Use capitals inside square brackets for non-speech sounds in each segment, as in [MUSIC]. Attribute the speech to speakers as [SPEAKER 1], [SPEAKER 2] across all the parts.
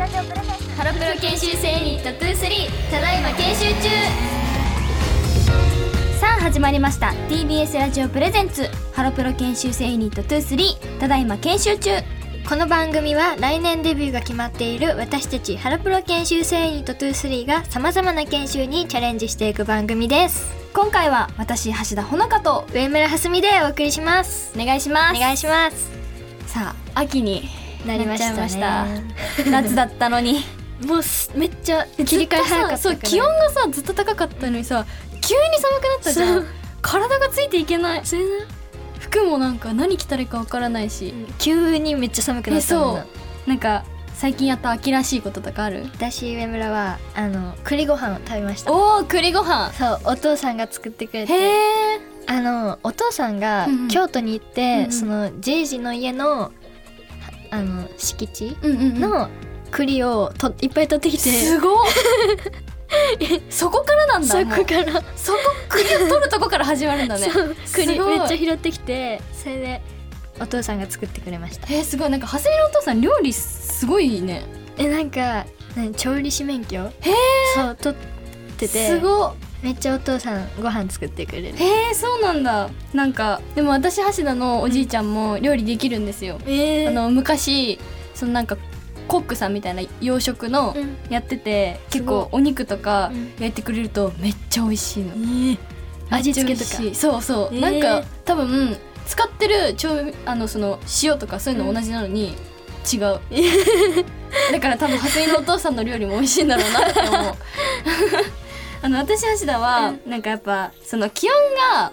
[SPEAKER 1] ハロプロ研修生ユニット23ただいま研修中さあ始まりました TBS ラジオプレゼンツハロプロ研修生ユニット23ただいま研修中この番組は来年デビューが決まっている私たちハロプロ研修生ユニット23がさまざまな研修にチャレンジしていく番組です今回は私橋田穂香と上村はすみでお送りしますお願いしますお願いしますさあ秋になりました,、夏だったのに
[SPEAKER 2] もうすめっちゃ
[SPEAKER 1] 切り替え早かったから
[SPEAKER 2] そう気温がさずっと高かったのにさ急に寒くなったじゃ
[SPEAKER 1] そ
[SPEAKER 2] ん
[SPEAKER 1] う
[SPEAKER 2] 体がついていけない服もなんか何着たらいいかわからないし、
[SPEAKER 1] 急にめっちゃ寒くな
[SPEAKER 2] え
[SPEAKER 1] ったもん
[SPEAKER 2] そ
[SPEAKER 1] な
[SPEAKER 2] うなんか最近やった秋らしいこととかある
[SPEAKER 1] 私上村はあの栗ご飯を食べました
[SPEAKER 2] おお栗ご飯
[SPEAKER 1] そうお父さんが作ってくれ
[SPEAKER 2] へ
[SPEAKER 1] て
[SPEAKER 2] え
[SPEAKER 1] あのお父さんが
[SPEAKER 2] うんうん
[SPEAKER 1] 京都に行って、
[SPEAKER 2] うんうん
[SPEAKER 1] そのジェイジの家のはあの敷地
[SPEAKER 2] うんうんうん
[SPEAKER 1] の栗をといっぱい取ってきて、
[SPEAKER 2] すご [LAUGHS] っそこからなんだ
[SPEAKER 1] そ
[SPEAKER 2] も
[SPEAKER 1] こ
[SPEAKER 2] う
[SPEAKER 1] から
[SPEAKER 2] そこ栗を取るとこから始まるん [LAUGHS] だね
[SPEAKER 1] そう栗
[SPEAKER 2] すごい
[SPEAKER 1] めっちゃ拾ってきてそれでお父さんが作ってくれました
[SPEAKER 2] えー、すごいなんか派生のお父さん料理すごいね
[SPEAKER 1] えなんか何調理師免許へそう取ってて
[SPEAKER 2] すごっ
[SPEAKER 1] めっちゃお父さんご飯作ってくれる
[SPEAKER 2] へえそうなんだなんかでも私橋田のおじいちゃんも料理できるんですよ、
[SPEAKER 1] え
[SPEAKER 2] あの昔そのなんかコックさんみたいな洋食の
[SPEAKER 1] うん
[SPEAKER 2] やってて、
[SPEAKER 1] すごい
[SPEAKER 2] 結構お肉とか
[SPEAKER 1] うん
[SPEAKER 2] 焼いてくれるとめっちゃ美味しいの、
[SPEAKER 1] 味付けと
[SPEAKER 2] めっ
[SPEAKER 1] か
[SPEAKER 2] ちゃ美味しいそうそう、
[SPEAKER 1] えー
[SPEAKER 2] なんか多分使ってる調味あのその塩とかそういうの同じなのに違う、 [LAUGHS] だから多分蓮井のお父さんの料理も美味しいんだろうなって思う [LAUGHS] あの私橋田は、なんかやっぱその気温が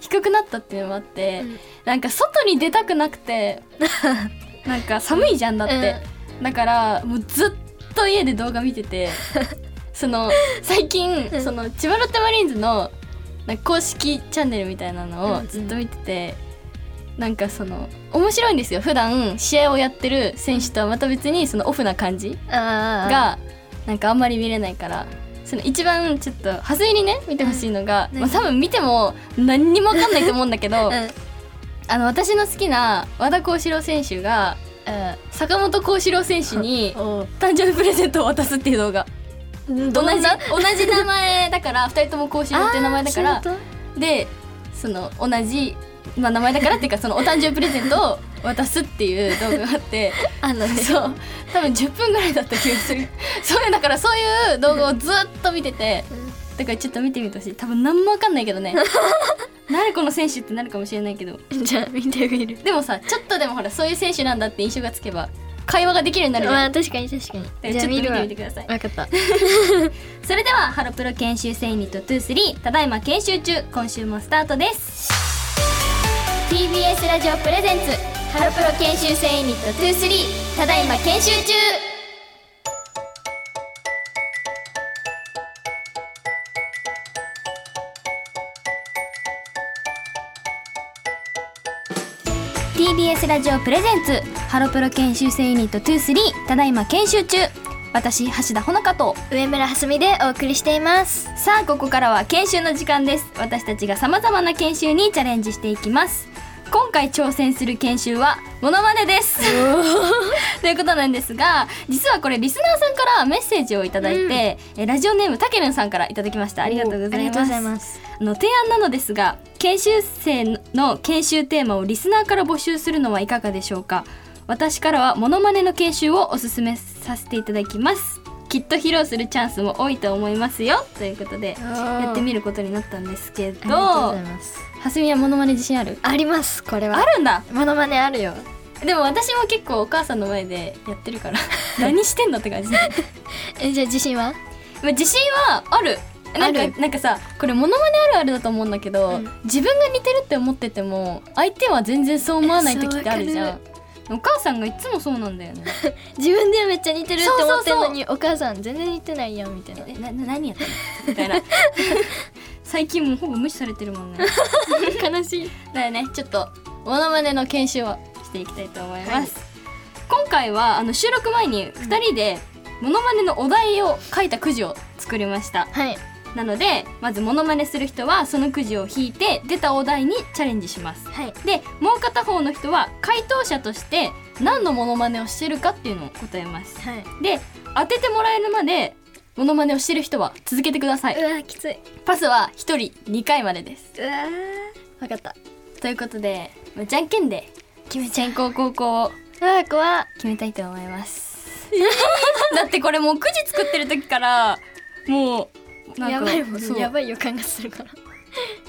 [SPEAKER 2] 低くなったっていうのもあって、
[SPEAKER 1] うん
[SPEAKER 2] なんか外に出たくな
[SPEAKER 1] [LAUGHS]
[SPEAKER 2] くてなんか寒いじゃんだって、だからもうずっと家で動画見
[SPEAKER 1] [LAUGHS]
[SPEAKER 2] ててその最近、
[SPEAKER 1] うん
[SPEAKER 2] その千葉ロッテマリーンズのなんか公式チャンネルみたいなの
[SPEAKER 1] うんう
[SPEAKER 2] を
[SPEAKER 1] ん
[SPEAKER 2] ずっと見てて、なんかその面白いんですよ普段試合をやってる選手とはまた別にそのオフな感じ
[SPEAKER 1] あー
[SPEAKER 2] がなんかあんまり見れないから。その一番ちょっとはずいにね見てほしいのが、
[SPEAKER 1] うん
[SPEAKER 2] まあ、多分見ても何にも分かんないと思うんだけど、
[SPEAKER 1] うん
[SPEAKER 2] あの私の好きな和田幸四郎選手が坂本幸四郎選手に
[SPEAKER 1] お
[SPEAKER 2] 誕生日プレゼントを渡すっていう動画
[SPEAKER 1] うん
[SPEAKER 2] 同
[SPEAKER 1] どん
[SPEAKER 2] じ
[SPEAKER 1] な
[SPEAKER 2] 同じ名前だから二人ともこうしようっていう名前だから
[SPEAKER 1] あーそういうこ
[SPEAKER 2] でその同じ、まあ、名前だからっていうかそのお誕生日プレゼントを渡すっていう動画があって
[SPEAKER 1] とあのね
[SPEAKER 2] そう多分10分ぐらいだった気がす
[SPEAKER 1] [LAUGHS]
[SPEAKER 2] るそういうだからそういう動画をずっと見ててだからちょっと見てみてほしい多分何もわかんないけ
[SPEAKER 1] [LAUGHS]
[SPEAKER 2] どね誰この選手ってなるかもしれないけど
[SPEAKER 1] じゃあ見てみる
[SPEAKER 2] でもさちょっとでもほらそういう選手なんだって印象がつけば会話ができるようになるじゃん
[SPEAKER 1] まあ確かに確かに
[SPEAKER 2] じ
[SPEAKER 1] じ
[SPEAKER 2] ゃ
[SPEAKER 1] ゃ
[SPEAKER 2] あ
[SPEAKER 1] あ
[SPEAKER 2] 見
[SPEAKER 1] 見
[SPEAKER 2] る
[SPEAKER 1] るわ
[SPEAKER 2] わちょっと見てみてください
[SPEAKER 1] わかった
[SPEAKER 2] それではハロプロ研修生ユニット23ただいま研修中今週もスタートです
[SPEAKER 1] TBS ラジオプレゼンツハロプロ研修生ユニット23ただいま研修中
[SPEAKER 2] TBS ラジオプレゼンツハロプロ研修生ユニット23ただいま研修中私橋田穂香と
[SPEAKER 1] 上村はすみでお送りしています
[SPEAKER 2] さあここからは研修の時間です私たちがさまざまな研修にチャレンジしていきます今回挑戦する研修はモノマネです [LAUGHS] ということなんですが実はこれリスナーさんからメッセージをいただいて、えラジオネームたけるんさんからいただきましたありがとうございます
[SPEAKER 1] す
[SPEAKER 2] あの提案なのですが研修生の研修テーマをリスナーから募集するのはいかがでしょうか私からはモノマネの研修をおすすめさせていただきますきっと披露するチャンスも多いと思いますよということでや
[SPEAKER 1] や
[SPEAKER 2] ってみることになったんですけ
[SPEAKER 1] ありがとうご
[SPEAKER 2] ど
[SPEAKER 1] ざいます
[SPEAKER 2] 蓮見はモノマネ自信ある
[SPEAKER 1] ありますこれは
[SPEAKER 2] あるんだ
[SPEAKER 1] モノマネあるよ
[SPEAKER 2] でも私も結構お母さんの前でやってる [LAUGHS] から何してんのって感じで
[SPEAKER 1] えじゃあ自信は
[SPEAKER 2] まあ自信はあるなん
[SPEAKER 1] あ
[SPEAKER 2] か
[SPEAKER 1] る
[SPEAKER 2] なんかさこれモノマネあるあるだと思うんだけど、
[SPEAKER 1] うん
[SPEAKER 2] 自分が似てるって思ってても相手は全然そう思わない時ってあるじ
[SPEAKER 1] えそう
[SPEAKER 2] ゃ
[SPEAKER 1] わ
[SPEAKER 2] んお母さんがいつもそうなんだよね
[SPEAKER 1] 自分ではめっちゃ似てるって思ってんのにお母さん全然似てないやんみたいな
[SPEAKER 2] [LAUGHS] えなな何やってんの [LAUGHS] みたいな最近もうほぼ無視されてるもんね
[SPEAKER 1] [LAUGHS] 悲しい
[SPEAKER 2] [LAUGHS] だよねちょっとモノマネの研修をしていきたいと思います、今回はあの収録前に2人でモノマネのお題を書いたくじを作りました
[SPEAKER 1] はい
[SPEAKER 2] なのでまずモノマネする人はそのくじを引いて出たお題にチャレンジします
[SPEAKER 1] はい
[SPEAKER 2] でもう片方の人は回答者として何のモノマネをしてるかっていうのを答えます
[SPEAKER 1] はい
[SPEAKER 2] で当ててもらえるまでモノマネをしてる人は続けてくださいう
[SPEAKER 1] わきつい
[SPEAKER 2] パスは一人2回までです
[SPEAKER 1] うわわかった
[SPEAKER 2] ということでまあじゃんけんで
[SPEAKER 1] 決めちゃ
[SPEAKER 2] 先行後攻を
[SPEAKER 1] うわ怖っ
[SPEAKER 2] 決めたいと思います
[SPEAKER 1] [LAUGHS]
[SPEAKER 2] だってこれもうくじ作ってる時からもうなん
[SPEAKER 1] やば
[SPEAKER 2] か
[SPEAKER 1] いもん
[SPEAKER 2] そう
[SPEAKER 1] ねやばい予感がするから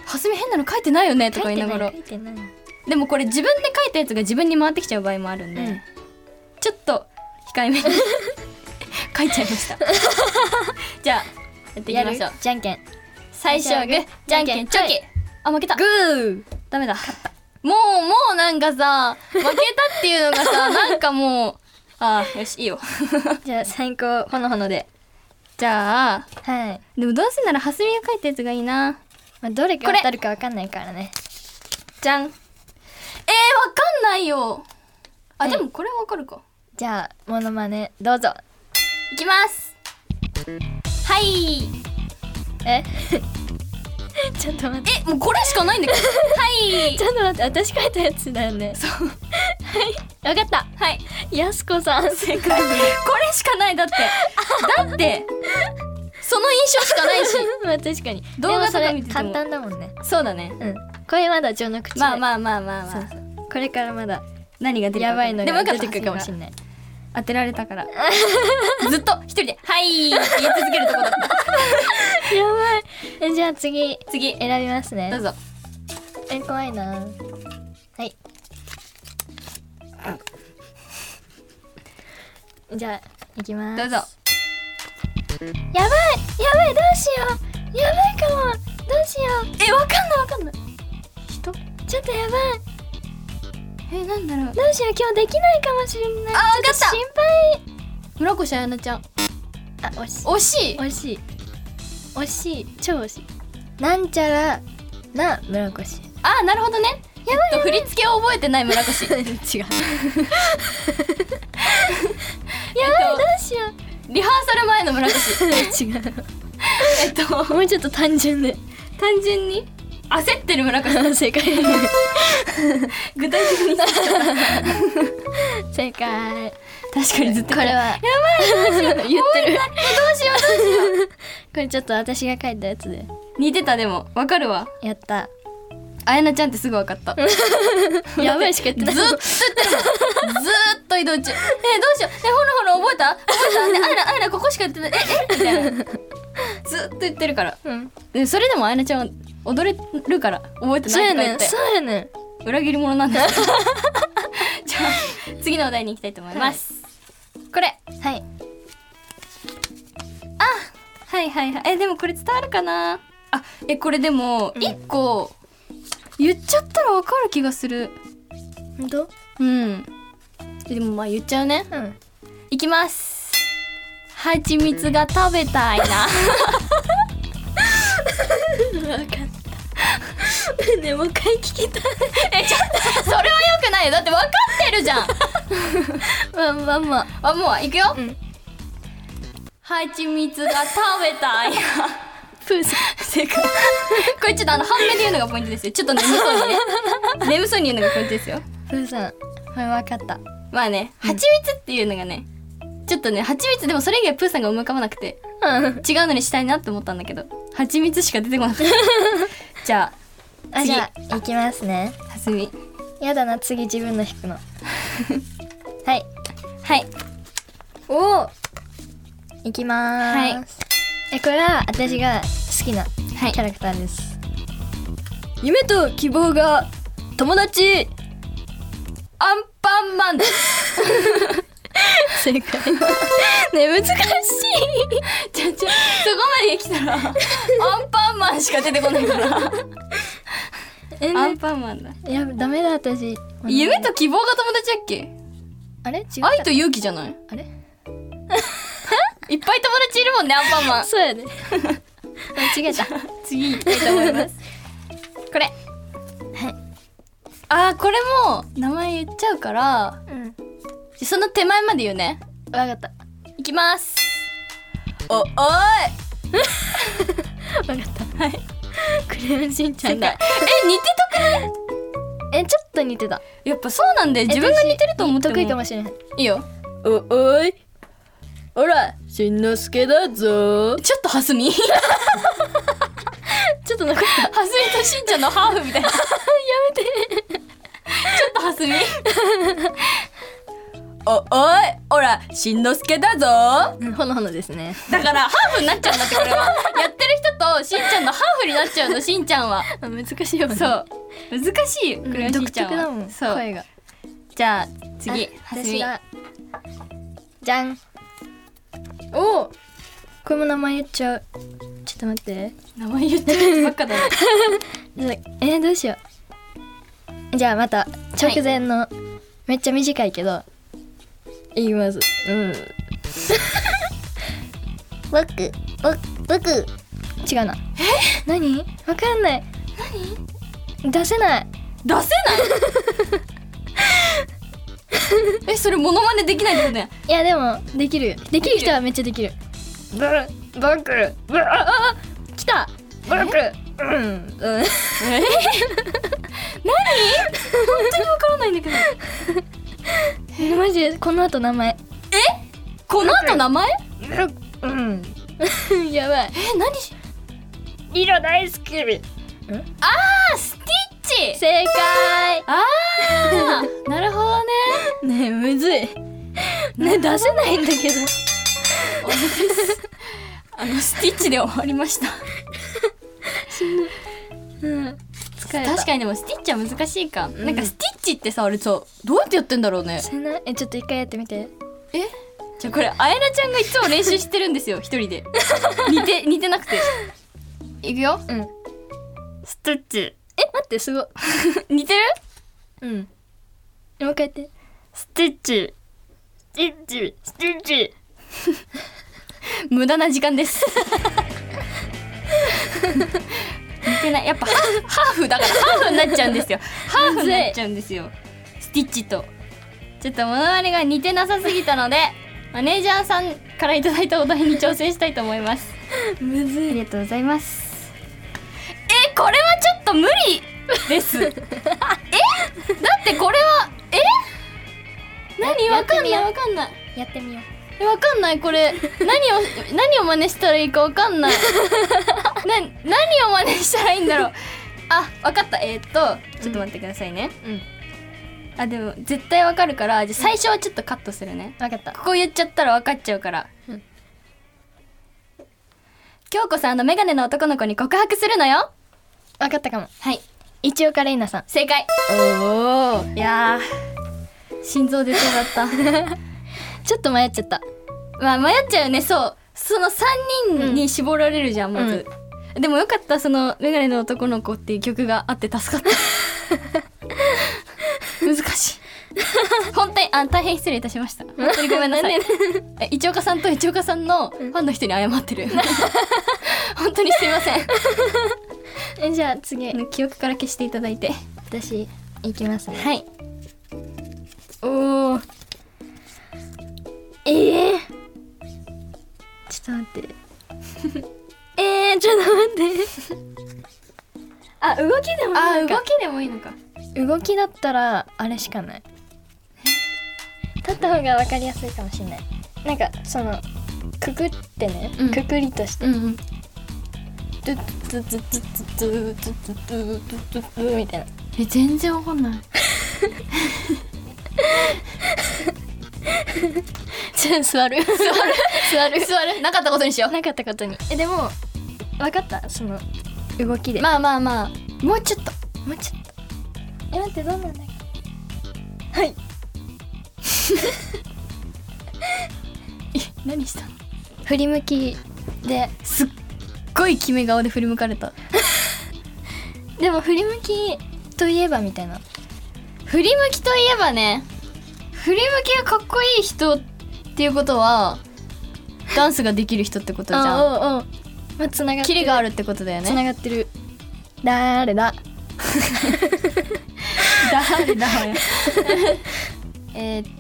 [SPEAKER 2] はすみ変なの書いてないよねとか言いながら
[SPEAKER 1] 書いてない書いてない
[SPEAKER 2] でもこれ自分で書いたやつが自分に回ってきちゃう場合もあるんで、
[SPEAKER 1] うん
[SPEAKER 2] ちょっと控えめに [LAUGHS] 書いちゃいました [LAUGHS] じゃあやっていきましょう
[SPEAKER 1] じゃんけん
[SPEAKER 2] 最初はグーじゃんけんチョキ、
[SPEAKER 1] は
[SPEAKER 2] あ負けた
[SPEAKER 1] グー
[SPEAKER 2] ダメだもうもうなんかさ負けたっていうのが [LAUGHS] さなんかもうあーよしいいよ
[SPEAKER 1] [LAUGHS]
[SPEAKER 2] [LAUGHS]
[SPEAKER 1] じゃあ最高ほのほので
[SPEAKER 2] じゃあ
[SPEAKER 1] はい
[SPEAKER 2] でもどうせなら蓮見が書いたやつがいいな
[SPEAKER 1] まあどれ
[SPEAKER 2] こ
[SPEAKER 1] が
[SPEAKER 2] れ
[SPEAKER 1] 当たるかわかんないからね
[SPEAKER 2] じゃんえー、わかんないよあ、でもこれわかるか
[SPEAKER 1] じゃあモノマネどうぞ
[SPEAKER 2] いきますはい
[SPEAKER 1] え [LAUGHS] ちょっと待って
[SPEAKER 2] えもうこれしかないんだけどはい
[SPEAKER 1] ちょっと待って私書いたやつだよね [LAUGHS]
[SPEAKER 2] そう
[SPEAKER 1] わかった
[SPEAKER 2] はい
[SPEAKER 1] やすこさん正
[SPEAKER 2] [LAUGHS] これしかないだってだってその印象しかないし
[SPEAKER 1] [LAUGHS] まあ確かに
[SPEAKER 2] 動画とか
[SPEAKER 1] でも
[SPEAKER 2] 見て
[SPEAKER 1] そ
[SPEAKER 2] て
[SPEAKER 1] れ
[SPEAKER 2] も
[SPEAKER 1] 簡単だもんね
[SPEAKER 2] そうだね
[SPEAKER 1] うんこれまだ序の口で
[SPEAKER 2] まあまあまあまあま
[SPEAKER 1] そ
[SPEAKER 2] あ
[SPEAKER 1] うこれからまだ
[SPEAKER 2] 何が出るか
[SPEAKER 1] や
[SPEAKER 2] 分か
[SPEAKER 1] ば
[SPEAKER 2] ん
[SPEAKER 1] いの
[SPEAKER 2] で
[SPEAKER 1] が
[SPEAKER 2] もよか
[SPEAKER 1] 出
[SPEAKER 2] ってた
[SPEAKER 1] くるかもしれ
[SPEAKER 2] [LAUGHS]
[SPEAKER 1] ない
[SPEAKER 2] 当てられたから [LAUGHS] ずっと一人で「はい」言い続けるとこだった
[SPEAKER 1] やばいえじゃあ次
[SPEAKER 2] 次
[SPEAKER 1] 選びますね
[SPEAKER 2] [LAUGHS] どうぞ
[SPEAKER 1] え怖いなはいじゃあいきます
[SPEAKER 2] どうぞ
[SPEAKER 1] やばいやばいどうしようやばいかもどうしよう
[SPEAKER 2] えわかんないわかんない
[SPEAKER 1] 人ちょっとやばい
[SPEAKER 2] えなんだろう
[SPEAKER 1] どうしよう今日できないかもしれない
[SPEAKER 2] あわかった
[SPEAKER 1] ちょっ
[SPEAKER 2] 村越彩菜ちゃん
[SPEAKER 1] と心配あ惜しい
[SPEAKER 2] 惜
[SPEAKER 1] 惜し
[SPEAKER 2] しい
[SPEAKER 1] い惜しい超惜しいなんちゃらな村越
[SPEAKER 2] あーなるほどねやばい振り付けを覚えてない村 [LAUGHS] 越
[SPEAKER 1] 違うやばいどうしよう
[SPEAKER 2] リハーサル前の村越
[SPEAKER 1] 違う
[SPEAKER 2] えっと
[SPEAKER 1] もうちょっと単純で
[SPEAKER 2] 単純に焦ってる村越 [LAUGHS]
[SPEAKER 1] 正解
[SPEAKER 2] 具体的に確
[SPEAKER 1] 正解
[SPEAKER 2] かにずっと
[SPEAKER 1] これはやばい言ってるどうしようどうしよ [LAUGHS] うこれちょっと私が書いたやつで
[SPEAKER 2] 似てたでもわかるわ
[SPEAKER 1] やった
[SPEAKER 2] あやなちゃんってすぐわかった [LAUGHS] ず
[SPEAKER 1] [LAUGHS]
[SPEAKER 2] っ
[SPEAKER 1] やばいしか言ってない
[SPEAKER 2] ずっと [LAUGHS] 移動中えどうしようえほらほら覚えた覚えたねあやなあやなここしか言ってないええみたいなずっと言ってるから
[SPEAKER 1] うん
[SPEAKER 2] でそれでもあやなちゃんは踊れるから覚えて
[SPEAKER 1] そう
[SPEAKER 2] な
[SPEAKER 1] やね
[SPEAKER 2] いとか言っ
[SPEAKER 1] ん
[SPEAKER 2] て
[SPEAKER 1] そうやねん
[SPEAKER 2] 裏切り者なんだ [LAUGHS] じゃあ次のお題に行きたいと思います、これ
[SPEAKER 1] はい
[SPEAKER 2] はいはいはいえでもこれ伝わるかなあえこれでも一個言っちゃったらわかる気がする
[SPEAKER 1] 本当
[SPEAKER 2] うんえでもまあ言っちゃうね
[SPEAKER 1] うん
[SPEAKER 2] いきますはちみつが食べたいな
[SPEAKER 1] 分かったねもう一回聞きたい
[SPEAKER 2] えちょっとそれはよくないよだってわかってるじゃん
[SPEAKER 1] まあまあまあ
[SPEAKER 2] あもう行くよ、
[SPEAKER 1] うん
[SPEAKER 2] はちみつが食べたいな
[SPEAKER 1] プーさ
[SPEAKER 2] 正解これちょっとあの半目で言うのがポイントですよちょっと眠そうにね眠そうに言うのがポイントですよ
[SPEAKER 1] んプーさんこれ分かった
[SPEAKER 2] まあね、蜂蜜っていうのがね、ちょっとね、蜂蜜でもそれ以外プーさんが思い浮かばなくて、
[SPEAKER 1] うん
[SPEAKER 2] 違うのにしたいなって思ったんだけど、蜂蜜しか出てこな [LAUGHS] かった。じゃ
[SPEAKER 1] あじゃあいきますね
[SPEAKER 2] あ、はすみ。
[SPEAKER 1] やだな次自分の引く [LAUGHS] のはい
[SPEAKER 2] はい。
[SPEAKER 1] おいきまーす、えこれは私が好きな
[SPEAKER 2] はい
[SPEAKER 1] キャラクターです、夢と希望が友達
[SPEAKER 2] アンパンマンです。
[SPEAKER 1] 正解ね難しい
[SPEAKER 2] ちょちょ、そこまで来たら、アンパンマンしか出てこないから。
[SPEAKER 1] え
[SPEAKER 2] アンパンマンだ。
[SPEAKER 1] いやダメだ私
[SPEAKER 2] 夢と希望が友達だっけ
[SPEAKER 1] あれ違う
[SPEAKER 2] 愛と勇気じゃない
[SPEAKER 1] あれ
[SPEAKER 2] いっぱい友達いるもんね、アンパンマン。
[SPEAKER 1] そうやね間違 [LAUGHS] えた
[SPEAKER 2] 次行きたいと思います。 [LAUGHS] こ
[SPEAKER 1] は
[SPEAKER 2] れ。
[SPEAKER 1] い。
[SPEAKER 2] あー、これも、名前言っちゃうから、
[SPEAKER 1] うん分
[SPEAKER 2] その手前まで言うね。
[SPEAKER 1] かった
[SPEAKER 2] いきます。お、おい。
[SPEAKER 1] 分かったはいクレヨンしんちゃん
[SPEAKER 2] 正解
[SPEAKER 1] だ
[SPEAKER 2] え、似てたくない。
[SPEAKER 1] えちょっと似てた
[SPEAKER 2] やっぱそうなんだよ自分が似てると思っても
[SPEAKER 1] 得意かもしれない
[SPEAKER 2] いいよ
[SPEAKER 3] おおいおらしんのすけだぞ
[SPEAKER 2] ちょっとはすみ [LAUGHS] ちょっとなんかはすみとしんちゃんのハーフみたいな [LAUGHS] やめてちょっとはす [LAUGHS] み
[SPEAKER 3] おおいおらしんのすけだぞ
[SPEAKER 1] うんほのほのですね
[SPEAKER 2] だからハーフになっちゃうんだって [LAUGHS] これはやってる人としんちゃんのハーフになっちゃうのしんちゃんは
[SPEAKER 1] 難しいよね
[SPEAKER 2] そう難しいよ
[SPEAKER 1] う
[SPEAKER 2] こ
[SPEAKER 1] ん
[SPEAKER 2] れはしん
[SPEAKER 1] 独
[SPEAKER 2] ちゃん
[SPEAKER 1] 特
[SPEAKER 2] は
[SPEAKER 1] だもん
[SPEAKER 2] そう
[SPEAKER 1] 声が
[SPEAKER 2] じゃあ次
[SPEAKER 1] あ
[SPEAKER 2] はす
[SPEAKER 1] 私
[SPEAKER 2] み
[SPEAKER 1] がじゃんおおこれも名前言っちゃうちょっと待って
[SPEAKER 2] 名前言ってるやつばっかだね
[SPEAKER 1] えー、どうしようじゃあまた直前の、めっちゃ短いけどいきますうん僕僕僕違うなえ何わかんない何 [LAUGHS] 出せない
[SPEAKER 2] 出せない [LAUGHS] えそれモノマネできないんだよね
[SPEAKER 1] いやでもできるよできる人はめっちゃできるブルブルクルブルあああ来たブルクルうんうん
[SPEAKER 2] え何本当にわからないんだけど
[SPEAKER 1] えマジでこの後名前 [LAUGHS]
[SPEAKER 2] この後名前
[SPEAKER 1] うんやばい
[SPEAKER 2] え何し
[SPEAKER 1] 色大好き正
[SPEAKER 2] あスティッチ
[SPEAKER 1] 解
[SPEAKER 2] あー [LAUGHS] なるほどね
[SPEAKER 1] ねえむずいねえ出せないんだけど
[SPEAKER 2] あのスティッチで終わりました
[SPEAKER 1] うん疲れた
[SPEAKER 2] 確かにでもスティッチは難しいか、なんかスティッチってさあれさどうやってやってんだろうね
[SPEAKER 1] せなえちょっと一回やってみて
[SPEAKER 2] えじゃあこれあやなちゃんがいつも練習してるんです [LAUGHS] よ一人で似て似てなくていくよ
[SPEAKER 1] うんえ
[SPEAKER 2] スティッチ
[SPEAKER 1] 待ってすごい
[SPEAKER 2] [LAUGHS] 似てる
[SPEAKER 1] うんもう一回やって
[SPEAKER 2] スティッチスティッチスティッチ無駄な時間です似てないやっぱハーフ [LAUGHS] ハーフだからハーフになっちゃうんですよハーフになっちゃうんですよスティッチとちょっと物まねが似てなさすぎたのでマネージャーさんからいただいたお題に挑戦したいと思います
[SPEAKER 1] むず
[SPEAKER 2] ありがとうございますえこれはちょっと無理です
[SPEAKER 1] [LAUGHS]
[SPEAKER 2] えだってこれはえ何
[SPEAKER 1] や
[SPEAKER 2] わ
[SPEAKER 1] って
[SPEAKER 2] かん
[SPEAKER 1] み
[SPEAKER 2] な
[SPEAKER 1] よ
[SPEAKER 2] いうわかんない
[SPEAKER 1] やってみよ
[SPEAKER 2] えわかんないこれ何
[SPEAKER 1] [LAUGHS]
[SPEAKER 2] を何を真似したらいいかわかんないな何を真似したらいいんだろうあわかったえーっとちょっと待ってくださいね、
[SPEAKER 1] ううん
[SPEAKER 2] あでも絶対わかるからじゃあ最初はちょっとカットするね、
[SPEAKER 1] わかった
[SPEAKER 2] ここ言っちゃったら分かっちゃうから、
[SPEAKER 1] うん
[SPEAKER 2] 京子さんのメガネの男の子に告白するのよ
[SPEAKER 1] わかったかも
[SPEAKER 2] はい
[SPEAKER 1] 一岡玲奈さん
[SPEAKER 2] 正解
[SPEAKER 1] おお
[SPEAKER 2] いやー心臓出そうだ [LAUGHS] った
[SPEAKER 1] ちょっと迷っちゃった
[SPEAKER 2] まあ迷っちゃうよねそうその3人に絞られるじゃん、まず、でもよかったその「メガネの男の子」っていう曲があって助かった [LAUGHS] 難しい本当にあ大変失礼いたしました本当にごめんなさいえ一岡さんと一岡さんのファンの人に謝って [LAUGHS] る本当にすいません
[SPEAKER 1] えじゃあ次
[SPEAKER 2] 記憶から消していただいて
[SPEAKER 1] 私いきますね
[SPEAKER 2] はい
[SPEAKER 1] おおええちょっと待って [LAUGHS] えー、ちょっと待ってあ動きでも
[SPEAKER 2] あ
[SPEAKER 1] なん
[SPEAKER 2] 動
[SPEAKER 1] か
[SPEAKER 2] きでもいいのか
[SPEAKER 1] 動きだったらあれしかない立った方がわかりやすいかもしれないなんかそのくくってね、
[SPEAKER 2] うん
[SPEAKER 1] くくりとして
[SPEAKER 2] うんうん
[SPEAKER 1] ドゥドゥドゥドゥドゥドゥドゥドゥドゥドゥドゥドゥみたいな
[SPEAKER 2] え全然わかんない
[SPEAKER 1] じゃあ座る座る
[SPEAKER 2] 座るなかったことにしよ
[SPEAKER 1] なかったことにえでも分かったその動きで、
[SPEAKER 2] うまあまあまあもうちょっと
[SPEAKER 1] もうちょっとえ待ってどんなんだっけはい
[SPEAKER 2] え何したの
[SPEAKER 1] 振り向きです
[SPEAKER 2] っごい決め顔で振り向かれた
[SPEAKER 1] でも振り向きといえばみたいな
[SPEAKER 2] 振り向きといえばね振り向きがかっこいい人っていうことはダンスができる人ってことじ [LAUGHS] ゃん
[SPEAKER 1] あおうおうまあつながって
[SPEAKER 2] キ
[SPEAKER 1] る
[SPEAKER 2] レがあるってことだよ
[SPEAKER 1] つな
[SPEAKER 2] ね
[SPEAKER 1] がってるだーれだ
[SPEAKER 2] [LAUGHS] 誰だえーっ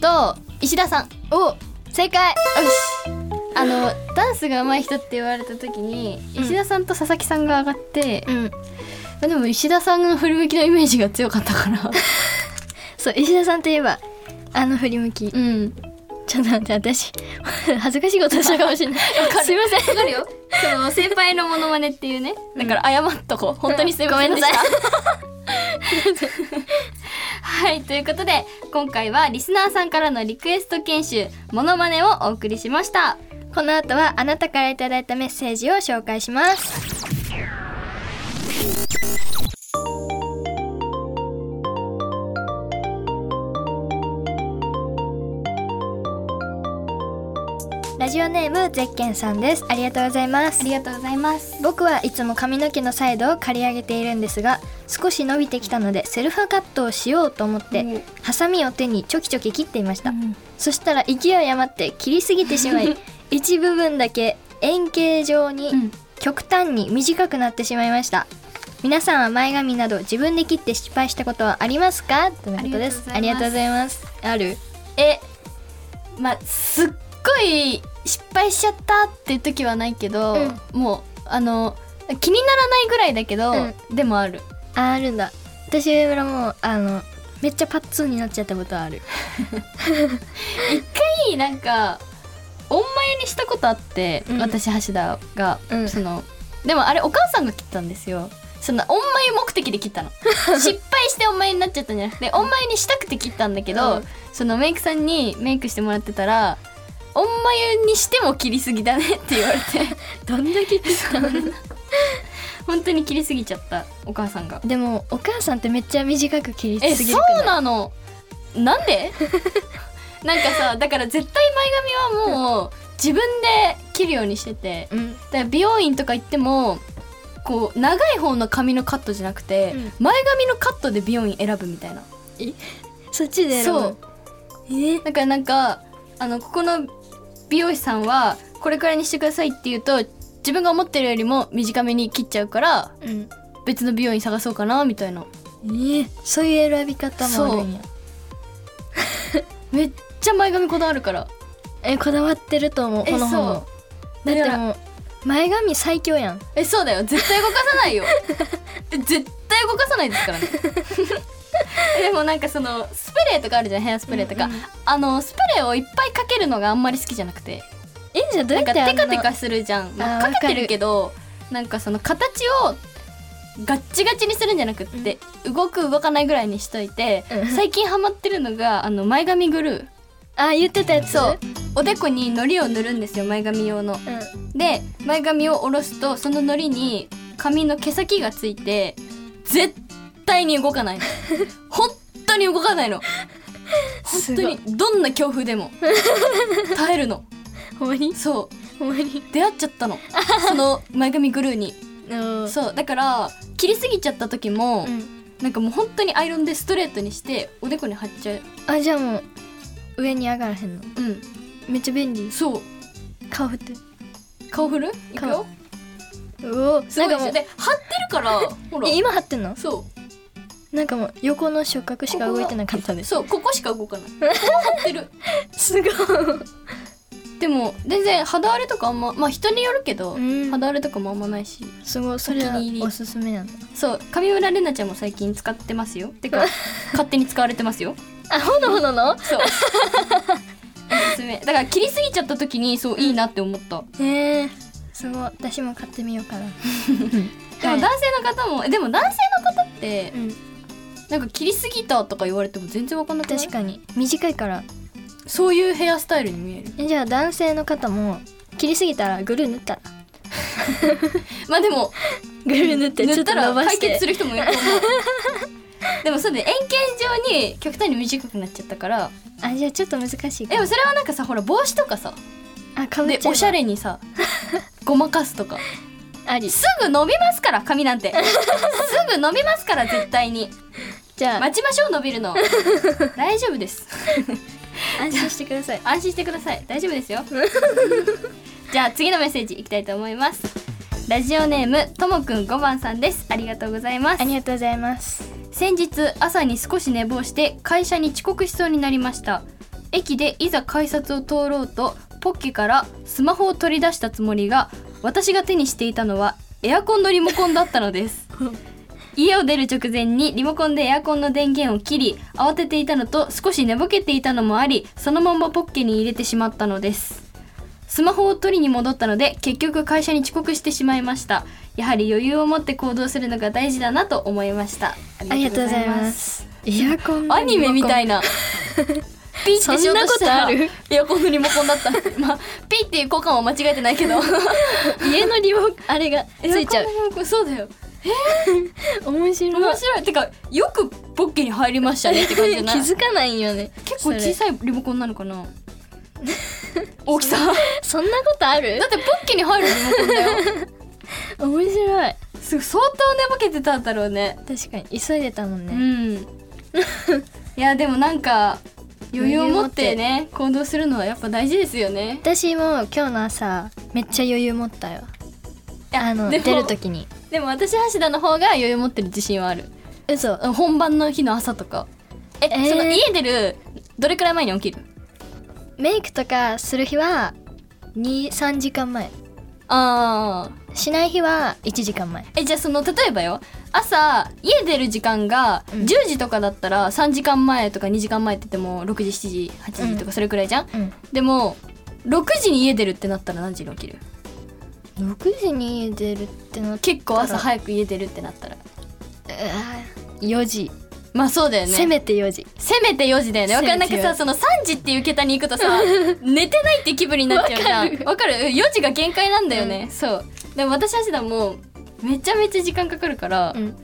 [SPEAKER 2] と石田さん
[SPEAKER 1] お
[SPEAKER 2] 正解よしあのダンスが上手い人って言われた時に、石田さんと佐々木さんが上がって、
[SPEAKER 1] うん
[SPEAKER 2] まあでも石田さんの振り向きのイメージが強かったから
[SPEAKER 1] [LAUGHS] そう石田さんといえばあの振り向き、
[SPEAKER 2] うん
[SPEAKER 1] ちょっと待って私 [LAUGHS] 恥ずかしいことしたかもしれないすいません
[SPEAKER 2] [LAUGHS] わかるよその先輩のモノマネっていうねだから謝っとこう本当にすいませんでした、 [LAUGHS] はいということで今回はリスナーさんからのリクエスト研修モノマネをお送りしました
[SPEAKER 1] この後はあなたからいただいたメッセージを紹介しますラジオネームゼッケンさんですありがとうございます
[SPEAKER 2] ありがとうございます
[SPEAKER 1] 僕はいつも髪の毛のサイドを刈り上げているんですが少し伸びてきたのでセルフカットをしようと思って、
[SPEAKER 2] うん
[SPEAKER 1] ハサミを手にちょきちょき切っていました、そしたら勢い余って切りすぎてしま
[SPEAKER 2] [LAUGHS]
[SPEAKER 1] い一部分だけ円形状に
[SPEAKER 2] うん
[SPEAKER 1] 極端に短くなってしまいました皆さんは前髪など自分で切って失敗したことはありますかとのことです
[SPEAKER 2] あ
[SPEAKER 1] あり
[SPEAKER 2] りが
[SPEAKER 1] がとうご
[SPEAKER 2] とうござ
[SPEAKER 1] ざいますある
[SPEAKER 2] えまあすっごい失敗しちゃったっていう時はないけど、
[SPEAKER 1] う
[SPEAKER 2] もうあの気にならないぐらいだけど、
[SPEAKER 1] う
[SPEAKER 2] でもある
[SPEAKER 1] ああるんだ私上村もあのめっちゃパッツンになっちゃったことはあ
[SPEAKER 2] [LAUGHS]
[SPEAKER 1] る
[SPEAKER 2] になんかおんまえにしたことあって、
[SPEAKER 1] うん
[SPEAKER 2] 私橋田が、
[SPEAKER 1] うん
[SPEAKER 2] そのでもあれお母さんが切ったんですよそのおんまえ目的で
[SPEAKER 1] [LAUGHS]
[SPEAKER 2] 切ったの失敗しておんまえになっちゃったんじゃなくておんまえにしたくて切ったんだけ
[SPEAKER 1] う
[SPEAKER 2] ど、
[SPEAKER 1] ん
[SPEAKER 2] そのメイクさんにメイクしてもらってたら「おんまゆにしても切りすぎだね」って言われ
[SPEAKER 1] [LAUGHS]
[SPEAKER 2] て
[SPEAKER 1] どんだけ
[SPEAKER 2] 本当に切りすぎちゃったお母さんが
[SPEAKER 1] [LAUGHS] でもお母さんってめっちゃ短く切り
[SPEAKER 2] え
[SPEAKER 1] すぎるくな
[SPEAKER 2] そ
[SPEAKER 1] いう
[SPEAKER 2] なのなんで [LAUGHS] なんかさだから絶対前髪はもう自分で切るようにしてて
[SPEAKER 1] うん
[SPEAKER 2] だから美容院とか行ってもこう長い方の髪のカットじゃなくて、
[SPEAKER 1] うん
[SPEAKER 2] 前髪のカットで美容院選ぶみたいな
[SPEAKER 1] そっちで選ぶ
[SPEAKER 2] そう
[SPEAKER 1] え
[SPEAKER 2] だからなんかあのここの美容師さんはこれくらいにしてくださいって言うと自分が思ってるよりも短めに切っちゃうから
[SPEAKER 1] うん
[SPEAKER 2] 別の美容院探そうかなみたいな
[SPEAKER 1] えそういう選び方もあるんや
[SPEAKER 2] めっちゃ前髪こだわるから
[SPEAKER 1] えこだわってると思う
[SPEAKER 2] え
[SPEAKER 1] ほのほのだ
[SPEAKER 2] そ
[SPEAKER 1] っ
[SPEAKER 2] う
[SPEAKER 1] てもう前髪最強やん
[SPEAKER 2] えそうだよ絶対動か
[SPEAKER 1] [LAUGHS]
[SPEAKER 2] さないよえ絶対動かさないですからねでもなんかそのスプレーとかあるじゃんヘアスプレーとか、
[SPEAKER 1] うんうん
[SPEAKER 2] あのスプレーをいっぱいかけるのがあんまり好きじゃなくて
[SPEAKER 1] えじゃあどうや
[SPEAKER 2] なん
[SPEAKER 1] っ
[SPEAKER 2] か
[SPEAKER 1] てあ
[SPEAKER 2] テ
[SPEAKER 1] ん
[SPEAKER 2] カ
[SPEAKER 1] な
[SPEAKER 2] テカするじゃん、まあ
[SPEAKER 1] あー
[SPEAKER 2] かけて
[SPEAKER 1] わか
[SPEAKER 2] る
[SPEAKER 1] る
[SPEAKER 2] けどなんかその形をガッチガチにするんじゃなくって、動く動かないぐらいにしといて、
[SPEAKER 1] うん
[SPEAKER 2] 最近ハマってるのがあの前髪グルー
[SPEAKER 1] あ言ってたやつ
[SPEAKER 2] そうおでこに糊を塗るんですよ前髪用の。
[SPEAKER 1] う
[SPEAKER 2] で前髪を下ろすとその糊に髪の毛先がついて絶対に動
[SPEAKER 1] [LAUGHS]
[SPEAKER 2] かないの本当に動かないの
[SPEAKER 1] すご
[SPEAKER 2] 本当
[SPEAKER 1] い
[SPEAKER 2] にどんな強風でも耐えるの
[SPEAKER 1] んほんまに
[SPEAKER 2] そ
[SPEAKER 1] ほんまに
[SPEAKER 2] う出会っちゃったのその前髪グルーに
[SPEAKER 1] うん
[SPEAKER 2] そうだから切りすぎちゃった時も、
[SPEAKER 1] うん
[SPEAKER 2] なんかもう本当にアイロンでストレートにしておでこに貼っちゃう
[SPEAKER 1] あじゃあもう上に上がらへんの
[SPEAKER 2] うん
[SPEAKER 1] めっちゃ便利
[SPEAKER 2] そう
[SPEAKER 1] 顔振って
[SPEAKER 2] 顔振るいくよ
[SPEAKER 1] 顔おお
[SPEAKER 2] すごいで
[SPEAKER 1] か
[SPEAKER 2] し
[SPEAKER 1] も
[SPEAKER 2] ょ
[SPEAKER 1] う
[SPEAKER 2] で貼ってるからほら
[SPEAKER 1] え今張ってんの
[SPEAKER 2] そう
[SPEAKER 1] なんかもう横の触覚しか動いてなかったです
[SPEAKER 2] そうここしか動
[SPEAKER 1] [LAUGHS]
[SPEAKER 2] かないここ張ってる
[SPEAKER 1] すごい
[SPEAKER 2] でも全然肌荒れとかあんままあ人によるけど、
[SPEAKER 1] うん
[SPEAKER 2] 肌荒れとかもあんまないし
[SPEAKER 1] すごいそれ
[SPEAKER 2] お
[SPEAKER 1] は
[SPEAKER 2] 気に入り
[SPEAKER 1] おすすめなんだ
[SPEAKER 2] そう上村れなちゃんも最近使ってますよ
[SPEAKER 1] [LAUGHS]
[SPEAKER 2] てか勝手に使われてますよ
[SPEAKER 1] あほのほのの
[SPEAKER 2] そうおすすめだから切りすぎちゃった時にそういいなって思った、
[SPEAKER 1] へえすごい私も買ってみようか
[SPEAKER 2] [LAUGHS]
[SPEAKER 1] な
[SPEAKER 2] でも男性の方も、えでも男性の方って
[SPEAKER 1] うん
[SPEAKER 2] なんか切りすぎたとか言われても全然わかんなくない
[SPEAKER 1] 確かに短いから
[SPEAKER 2] そういうヘアスタイルに見える
[SPEAKER 1] えじゃあ男性の方も切りすぎたらグルー塗ったら
[SPEAKER 2] まあでも
[SPEAKER 1] グルー塗って
[SPEAKER 2] 塗ったら解決す
[SPEAKER 1] る
[SPEAKER 2] る人もいると思うでもそうで円形状に極端に短くなっちゃったから
[SPEAKER 1] あじゃあちょっと難しい
[SPEAKER 2] でもそれはなんかさほら帽子とかさ
[SPEAKER 1] あかぶっ
[SPEAKER 2] で
[SPEAKER 1] ちゃえば
[SPEAKER 2] おしゃれにさ [LAUGHS] ごまかすとか
[SPEAKER 1] あり
[SPEAKER 2] すぐ伸びますから
[SPEAKER 1] [LAUGHS]
[SPEAKER 2] 髪なんてすぐ伸びますから絶対に
[SPEAKER 1] じゃあ
[SPEAKER 2] 待ちましょう伸びるの大丈夫です
[SPEAKER 1] 安心してください
[SPEAKER 2] 安心してください大丈夫で
[SPEAKER 1] [LAUGHS]
[SPEAKER 2] すよじゃあ次のメッセージいきたいと思いますラジオネームともくん5番さんですありがとうございます
[SPEAKER 1] ありがとうございます
[SPEAKER 2] 先日朝に少し寝坊して会社に遅刻しそうになりました駅でいざ改札を通ろうとポッケからスマホを取り出したつもりが私が手にしていたのはエアコンのリモコンだったのです家を出る直前にリモコンでエアコンの電源を切り慌てていたのと少し寝ぼけていたのもありそのままポッケに入れてしまったのですスマホを取りに戻ったので結局会社に遅刻してしまいましたやはり余裕を持って行動するのが大事だなと思いました
[SPEAKER 1] ありがとうございますエアコン
[SPEAKER 2] アニメみたい
[SPEAKER 1] [LAUGHS]
[SPEAKER 2] なピッてしようとした
[SPEAKER 1] そ
[SPEAKER 2] ら
[SPEAKER 1] んなことある
[SPEAKER 2] エアコンのリモコンだったまあピッていう交換は間違えてないけど
[SPEAKER 1] [LAUGHS] 家のリモあれがついちゃ
[SPEAKER 2] エ
[SPEAKER 1] う
[SPEAKER 2] アコンのリモコンそうだよ
[SPEAKER 1] 面白
[SPEAKER 2] 面白いてかよくポッケに入りましたねって感じじゃな
[SPEAKER 1] [LAUGHS]
[SPEAKER 2] い
[SPEAKER 1] 気づかないよね
[SPEAKER 2] 結構小さいリモコンなのかな
[SPEAKER 1] [LAUGHS]
[SPEAKER 2] 大きさ
[SPEAKER 1] そんなことある
[SPEAKER 2] だってポッケに入るリモコンだよ
[SPEAKER 1] 面白い
[SPEAKER 2] すごい相当寝ぼけてたんだろうね
[SPEAKER 1] 確かに急いでたもん
[SPEAKER 2] う
[SPEAKER 1] ね、 [LAUGHS]
[SPEAKER 2] んいやでもなんか余裕を持ってね行動するのはやっぱ大事ですよね
[SPEAKER 1] 私も今日の朝めっちゃ余裕持ったよ
[SPEAKER 2] いや
[SPEAKER 1] あの
[SPEAKER 2] でも
[SPEAKER 1] 出る時に
[SPEAKER 2] でも私橋田の方が余裕持ってる自信はある
[SPEAKER 1] 嘘
[SPEAKER 2] 本番の日の朝とかえ、
[SPEAKER 1] えー
[SPEAKER 2] その家出るどれくらい前に起きる
[SPEAKER 1] メイクとかする日は23時間前
[SPEAKER 2] ああ
[SPEAKER 1] しない日は1時間前
[SPEAKER 2] えじゃあその例えばよ朝家出る時間が
[SPEAKER 1] うん
[SPEAKER 2] 10時とかだったら3時間前とか2時間前って言っても6時7時8時とかそれくらいじゃん、
[SPEAKER 1] うん
[SPEAKER 2] でも6時に家出るってなったら何時に起きる
[SPEAKER 1] 6時に家出るってなって
[SPEAKER 2] 結構朝早く家出るってなったら
[SPEAKER 1] 4時、
[SPEAKER 2] まあそうだよね
[SPEAKER 1] せめて4時
[SPEAKER 2] せめて4時だよね。わかんなく
[SPEAKER 1] せめて4
[SPEAKER 2] さ、その3時っていう桁に行くと
[SPEAKER 1] [LAUGHS]
[SPEAKER 2] さ、寝てないっていう気分になっちゃうじゃん。わかる ?4 時が限界なんだよね。そう。でも私橋田も、めちゃめちゃ時間かかるから、
[SPEAKER 1] うん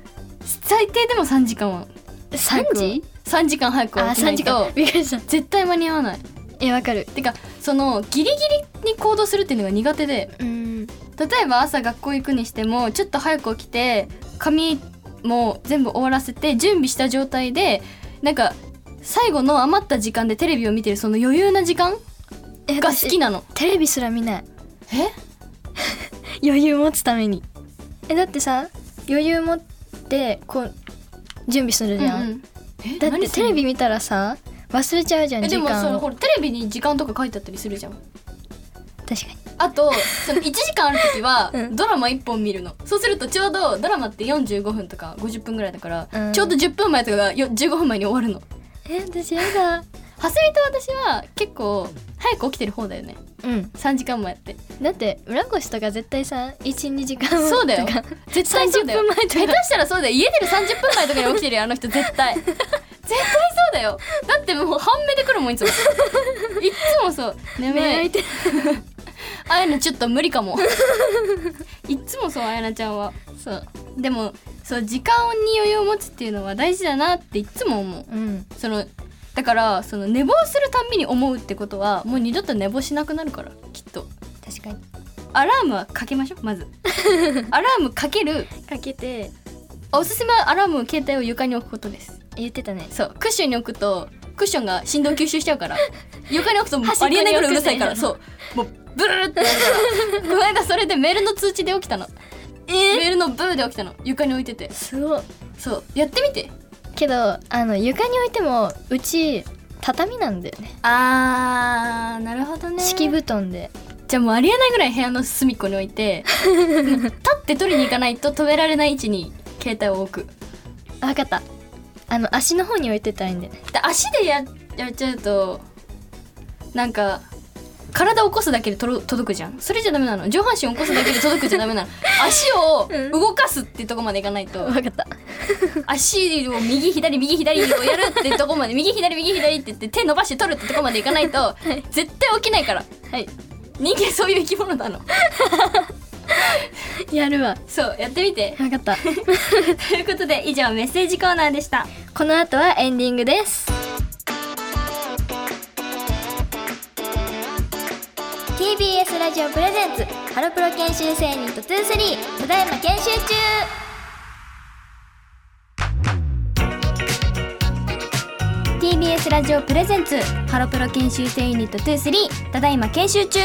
[SPEAKER 2] 最低でも3時間は。
[SPEAKER 1] 3時
[SPEAKER 2] 3時間早く
[SPEAKER 1] あ
[SPEAKER 2] 起きな
[SPEAKER 1] 3
[SPEAKER 2] い
[SPEAKER 1] 時間
[SPEAKER 2] と、
[SPEAKER 1] びっくりした
[SPEAKER 2] 絶対間に合わない。
[SPEAKER 1] えわかる
[SPEAKER 2] てか、その、ギリギリに行動するっていうのが苦手で、
[SPEAKER 1] うん
[SPEAKER 2] 例えば朝学校行くにしてもちょっと早く起きて髪も全部終わらせて準備した状態でなんか最後の余った時間でテレビを見てるその余裕な時間
[SPEAKER 1] え
[SPEAKER 2] が好き
[SPEAKER 1] な
[SPEAKER 2] なの
[SPEAKER 1] テレビすら見ない
[SPEAKER 2] え
[SPEAKER 1] 余裕持つためにえだってさ余裕持ってこう準備するじゃん、
[SPEAKER 2] うんうんえ
[SPEAKER 1] だっ
[SPEAKER 2] 何
[SPEAKER 1] て
[SPEAKER 2] す
[SPEAKER 1] テ
[SPEAKER 2] る
[SPEAKER 1] レビ見たらさ忘れちゃうじゃん
[SPEAKER 2] え
[SPEAKER 1] 時
[SPEAKER 2] でもそ
[SPEAKER 1] 間
[SPEAKER 2] の
[SPEAKER 1] を
[SPEAKER 2] ほらテレビに時間とか書いてあったりするじゃん
[SPEAKER 1] 確かに
[SPEAKER 2] あとその1時間ある時 [LAUGHS] は
[SPEAKER 1] うん
[SPEAKER 2] ドラマ1本見るの、そうするとちょうどドラマって45分とか50分ぐらいだから、
[SPEAKER 1] うん
[SPEAKER 2] ちょうど10分前とかがよ15分前に終わるの
[SPEAKER 1] え私やだ
[SPEAKER 2] 蓮見と私は結構早く起きてる方だよね
[SPEAKER 1] うん
[SPEAKER 2] 3時間もや
[SPEAKER 1] [LAUGHS]
[SPEAKER 2] って
[SPEAKER 1] だって裏ごしとか絶対さ12時間
[SPEAKER 2] そうだ
[SPEAKER 1] [LAUGHS]
[SPEAKER 2] よ
[SPEAKER 1] とか
[SPEAKER 2] 絶対そうだよ
[SPEAKER 1] 30分前とか
[SPEAKER 2] 下手したらそうだよ家出る30分前とかに起き
[SPEAKER 1] [LAUGHS]
[SPEAKER 2] てるよあの人絶対絶対そうだよだってもう半目で来るもんい
[SPEAKER 1] [LAUGHS]
[SPEAKER 2] つもいっつもそう眠
[SPEAKER 1] 目開
[SPEAKER 2] い
[SPEAKER 1] いて
[SPEAKER 2] あやなちょっと無理かもいっつもそうあやなちゃんは
[SPEAKER 1] そう
[SPEAKER 2] でもそう時間に余裕を持つっていうのは大事だなっていっつも思う
[SPEAKER 1] うん
[SPEAKER 2] そのだからその寝坊するたんびに思うってことはもう二度と寝坊しなくなるからきっと
[SPEAKER 1] 確かに
[SPEAKER 2] アラームはかけましょ
[SPEAKER 1] [LAUGHS]
[SPEAKER 2] うまずアラームかける
[SPEAKER 1] かけて
[SPEAKER 2] おすすめはアラームを携帯を床に置くことです
[SPEAKER 1] 言ってたね
[SPEAKER 2] そうクッションに置くとクッションが振動吸収しちゃうから [LAUGHS] 床に置くと
[SPEAKER 1] 端
[SPEAKER 2] あ
[SPEAKER 1] っこに
[SPEAKER 2] りえないぐらいうるさい
[SPEAKER 1] 置くね
[SPEAKER 2] からそうもうブルルってなる [LAUGHS] からこの間それでメールの通知で起きたのメールのブーで起きたの床に置いてて
[SPEAKER 1] すごい
[SPEAKER 2] そうやってみて
[SPEAKER 1] けどあの床に置いてもうち畳なんだよね
[SPEAKER 2] あーなるほどね
[SPEAKER 1] 敷布団で
[SPEAKER 2] じゃあもうありえないぐらい部屋の隅っこに置い [LAUGHS] てもう立って取りに行かないと止められない位置に携帯を置く
[SPEAKER 1] あわかったあの足の方に置いてたらいいんだよね
[SPEAKER 2] で足でややっちゃうとなんか体を起こすだけでとろ届くじゃんそれじゃダメなの上半身を起こすだけで届くじゃダ [LAUGHS] メなの足を
[SPEAKER 1] うん
[SPEAKER 2] 動かすってとこまでいかない [LAUGHS] と
[SPEAKER 1] わかった
[SPEAKER 2] 足を右左右左をやるってとこまで右左右左って言って手伸ばして取るってとこまでいか [LAUGHS] ないと絶対起きないから
[SPEAKER 1] はい
[SPEAKER 2] 人間そういう生き物なの
[SPEAKER 1] やるわ
[SPEAKER 2] そうやってみ [LAUGHS] て
[SPEAKER 1] わかった
[SPEAKER 2] ということで以上メッセージコーナーでした
[SPEAKER 1] この後はエンディングです。TBS ラジオプレゼンツハロプロ研修生ニット23ただいま研修中
[SPEAKER 2] はい TBS ラジオプレゼンツハロプロ研修生ユニット23ただいま研修中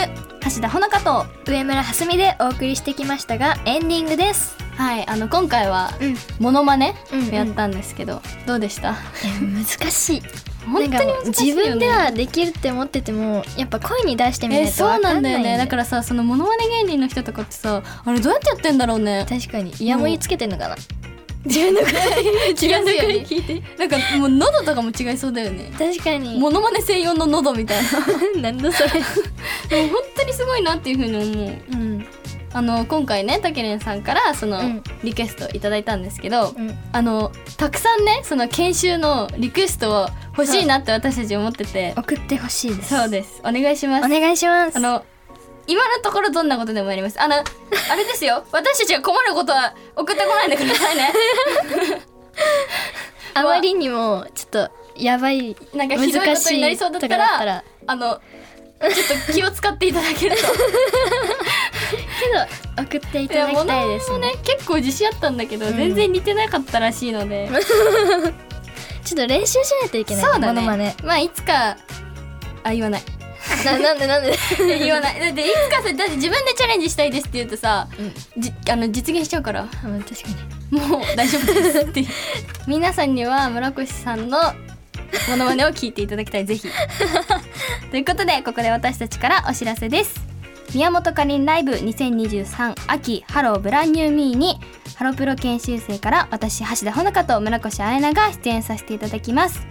[SPEAKER 2] 橋田ほのかと
[SPEAKER 1] 上村はすみでお送りしてきましたがエンディングです
[SPEAKER 2] はいあの今回は
[SPEAKER 1] うん
[SPEAKER 2] モノマネ
[SPEAKER 1] うんうん
[SPEAKER 2] やったんですけど、どうでした
[SPEAKER 1] 難しい
[SPEAKER 2] 本当に
[SPEAKER 1] なんかもう
[SPEAKER 2] 難しいよ、ね、
[SPEAKER 1] 自分ではできるって思っててもやっぱ声に出してみ
[SPEAKER 2] え
[SPEAKER 1] ないと
[SPEAKER 2] そう
[SPEAKER 1] わ
[SPEAKER 2] な
[SPEAKER 1] か
[SPEAKER 2] ん
[SPEAKER 1] ん
[SPEAKER 2] だ
[SPEAKER 1] ない
[SPEAKER 2] よねだかららさそのモノマネ芸人の人とかってさあれどうやってやってんだろうね
[SPEAKER 1] 確かにイヤモニつけてんのかな
[SPEAKER 2] 違うのか [LAUGHS] 違
[SPEAKER 1] 違
[SPEAKER 2] う
[SPEAKER 1] う
[SPEAKER 2] の
[SPEAKER 1] よ
[SPEAKER 2] か
[SPEAKER 1] ね
[SPEAKER 2] 聞いてなんかもう喉とかも違いそうだよね
[SPEAKER 1] 確かに
[SPEAKER 2] モノマネ専用の喉みたいな
[SPEAKER 1] [LAUGHS] なんだそれ
[SPEAKER 2] [LAUGHS] でも本当にすごいなっていうふうに思う
[SPEAKER 1] うん
[SPEAKER 2] あの今回ねたけれんさんからその、
[SPEAKER 1] うん
[SPEAKER 2] リクエストいただいたんですけど、
[SPEAKER 1] うん
[SPEAKER 2] あのたくさんねその研修のリクエストを欲しいなって私たち思ってて、
[SPEAKER 1] 送ってほしいです
[SPEAKER 2] そうですお願いしま
[SPEAKER 1] お
[SPEAKER 2] す
[SPEAKER 1] 願いします
[SPEAKER 2] あの今のところどんなことでもやります
[SPEAKER 1] [LAUGHS]
[SPEAKER 2] あのあれですよ私たちが困ることは送ってこないでくだ
[SPEAKER 1] [LAUGHS]
[SPEAKER 2] さいね
[SPEAKER 1] あまりにもちょっとやばい
[SPEAKER 2] なんかひどいことになりそうだったら
[SPEAKER 1] 難しいとかだっ
[SPEAKER 2] あのちょっと気を使っていただける
[SPEAKER 1] け
[SPEAKER 2] と
[SPEAKER 1] ど送 [LAUGHS] ってい
[SPEAKER 2] い
[SPEAKER 1] た
[SPEAKER 2] や
[SPEAKER 1] だ
[SPEAKER 2] 物
[SPEAKER 1] き
[SPEAKER 2] も
[SPEAKER 1] たいですね
[SPEAKER 2] ね結構自信あったんだけど、
[SPEAKER 1] うん
[SPEAKER 2] 全然似てなかったらしいので
[SPEAKER 1] ちょっと練習しないといけない
[SPEAKER 2] そうだ
[SPEAKER 1] モノマネ
[SPEAKER 2] ねまあいつかあ言わない
[SPEAKER 1] ななんでなんで
[SPEAKER 2] [LAUGHS] 言わないだっていつかさだって自分でチャレンジしたいですって言うとさ、
[SPEAKER 1] う
[SPEAKER 2] じあの実現しちゃうから
[SPEAKER 1] うん確かに
[SPEAKER 2] もう大丈夫ですっていう [LAUGHS] 皆さんには村越さんのモノマネを聞いていただきたいぜ [LAUGHS] ひということでここで私たちからお知らせです宮本かりんライブ2023秋ハローブランニューミーにハロプロ研修生から私橋田穂香と村越彩菜が出演させていただきます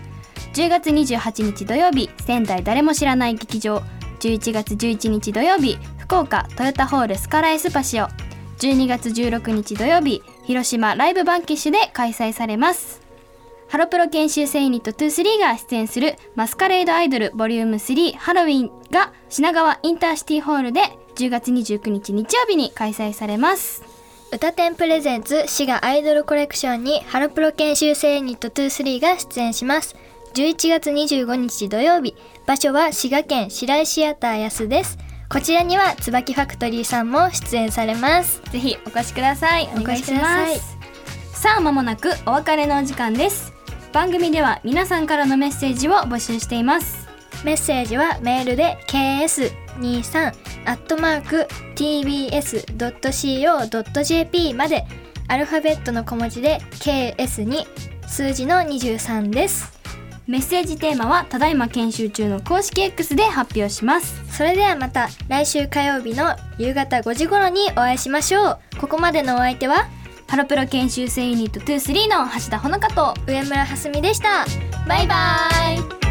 [SPEAKER 2] 10月28日土曜日仙台誰も知らない劇場11月11日土曜日福岡トヨタホールスカラエスパシオ12月16日土曜日広島ライブバンキッシュで開催されますハロプロ研修生ユニット23が出演するマスカレードアイドルボリューム3ハロウィンが品川インターシティホールで10月29日日曜日に開催されます
[SPEAKER 1] 歌天プレゼンツ滋賀アイドルコレクションにハロプロ研修生ユニット23が出演します11月25日土曜日場所は滋賀県白井シアター安ですこちらには椿ファクトリーさんも出演されます
[SPEAKER 2] ぜひお越しください。
[SPEAKER 1] お
[SPEAKER 2] お
[SPEAKER 1] 願
[SPEAKER 2] 願
[SPEAKER 1] い
[SPEAKER 2] い
[SPEAKER 1] し
[SPEAKER 2] し
[SPEAKER 1] ま
[SPEAKER 2] ますす。さあ、まもなくお別れのお時間です。番組では皆さんからのメッセージを募集しています。
[SPEAKER 1] メッセージはメールで ks23 アットマーク tbs.co.jp までアルファベットの小文字で ks に数字の23です
[SPEAKER 2] メッセージテーマはただいま研修中の公式 X で発表します。
[SPEAKER 1] それではまた来週火曜日の夕方5時頃にお会いしましょうここまでのお相手は
[SPEAKER 2] ハロプロ研修生ユニット23の橋田穂香と
[SPEAKER 1] 上村はすみでした
[SPEAKER 2] バイバイ